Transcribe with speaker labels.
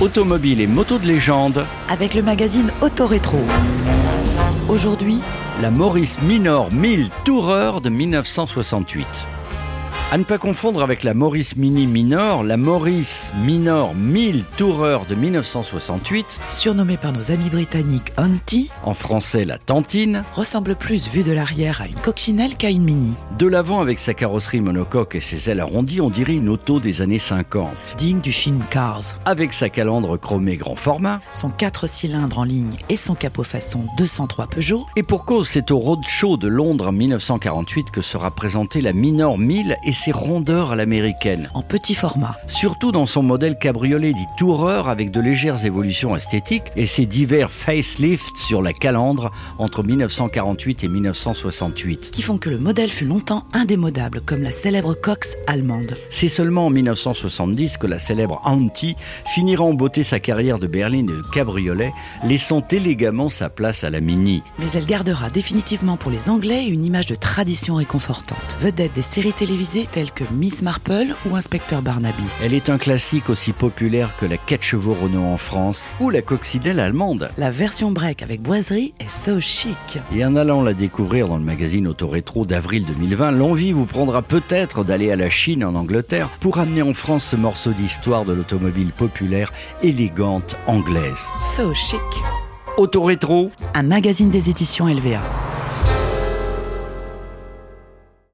Speaker 1: Automobiles et motos de légende,
Speaker 2: avec le magazine Autorétro. Aujourd'hui,
Speaker 1: la Maurice Minor 1000 Tourer de 1968. À ne pas confondre avec la Maurice Mini Minor, la Maurice Minor 1000 Tourer de 1968,
Speaker 2: surnommée par nos amis britanniques Auntie,
Speaker 1: en français la Tantine,
Speaker 2: ressemble plus vue de l'arrière à une coccinelle qu'à une mini,
Speaker 1: de l'avant avec sa carrosserie monocoque et ses ailes arrondies, on dirait une auto des années 50.
Speaker 2: digne du film Cars.
Speaker 1: Avec sa calandre chromée grand format,
Speaker 2: Son 4 cylindres en ligne et son capot façon 203 Peugeot,
Speaker 1: Et pour cause, c'est au Roadshow de Londres en 1948 que sera présentée la Minor 1000 et ses rondeurs à l'américaine.
Speaker 2: en petit format.
Speaker 1: Surtout dans son modèle cabriolet dit Tourer avec de légères évolutions esthétiques et ses divers facelifts sur la calandre entre 1948 et 1968.
Speaker 2: qui font que le modèle fut longtemps indémodable, comme la célèbre Cox allemande.
Speaker 1: C'est seulement en 1970 que la célèbre Auntie finira en beauté sa carrière de berline et de cabriolet, laissant élégamment sa place à la Mini.
Speaker 2: Mais elle gardera définitivement pour les Anglais une image de tradition réconfortante, vedette des séries télévisées telles que Miss Marple ou Inspecteur Barnaby.
Speaker 1: Elle est un classique aussi populaire que la 4 chevaux Renault en France ou la coccinelle allemande.
Speaker 2: La version break avec boiserie est so chic.
Speaker 1: Et en allant la découvrir dans le magazine Autorétro d'avril 2020, l'envie vous prendra peut-être d'aller à la Chine, en Angleterre, pour amener en France ce morceau d'histoire de l'automobile populaire, élégante, anglaise.
Speaker 2: So chic.
Speaker 1: Autorétro
Speaker 2: Un magazine des éditions LVA.